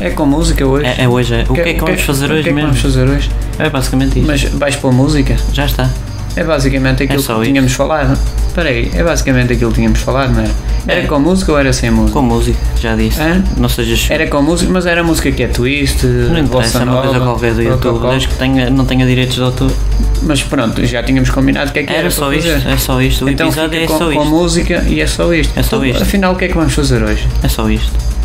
É com música hoje. É, é hoje, é. O que, é que vamos fazer o que hoje é que mesmo? vamos fazer hoje? É basicamente isso. Mas vais pela música? Já está. É basicamente aquilo só que isso. tínhamos falado. Espera aí, é basicamente aquilo que tínhamos falado, não era? Era É. com música ou era sem música? Com música, já disse. Hã? Não sejas. É. Era com música, mas era música que é twist, não interessa, bossa é uma coisa nova, qualquer do rock YouTube, and roll. desde que tenha, não tenha direitos de autor. Mas pronto, já tínhamos combinado o que é que era, Era para só isto, fazer. é só isto. O então episódio fica é com, só com a isto. música e é só isto. É só Então, isto. Afinal, o que é que vamos fazer hoje? É só isto.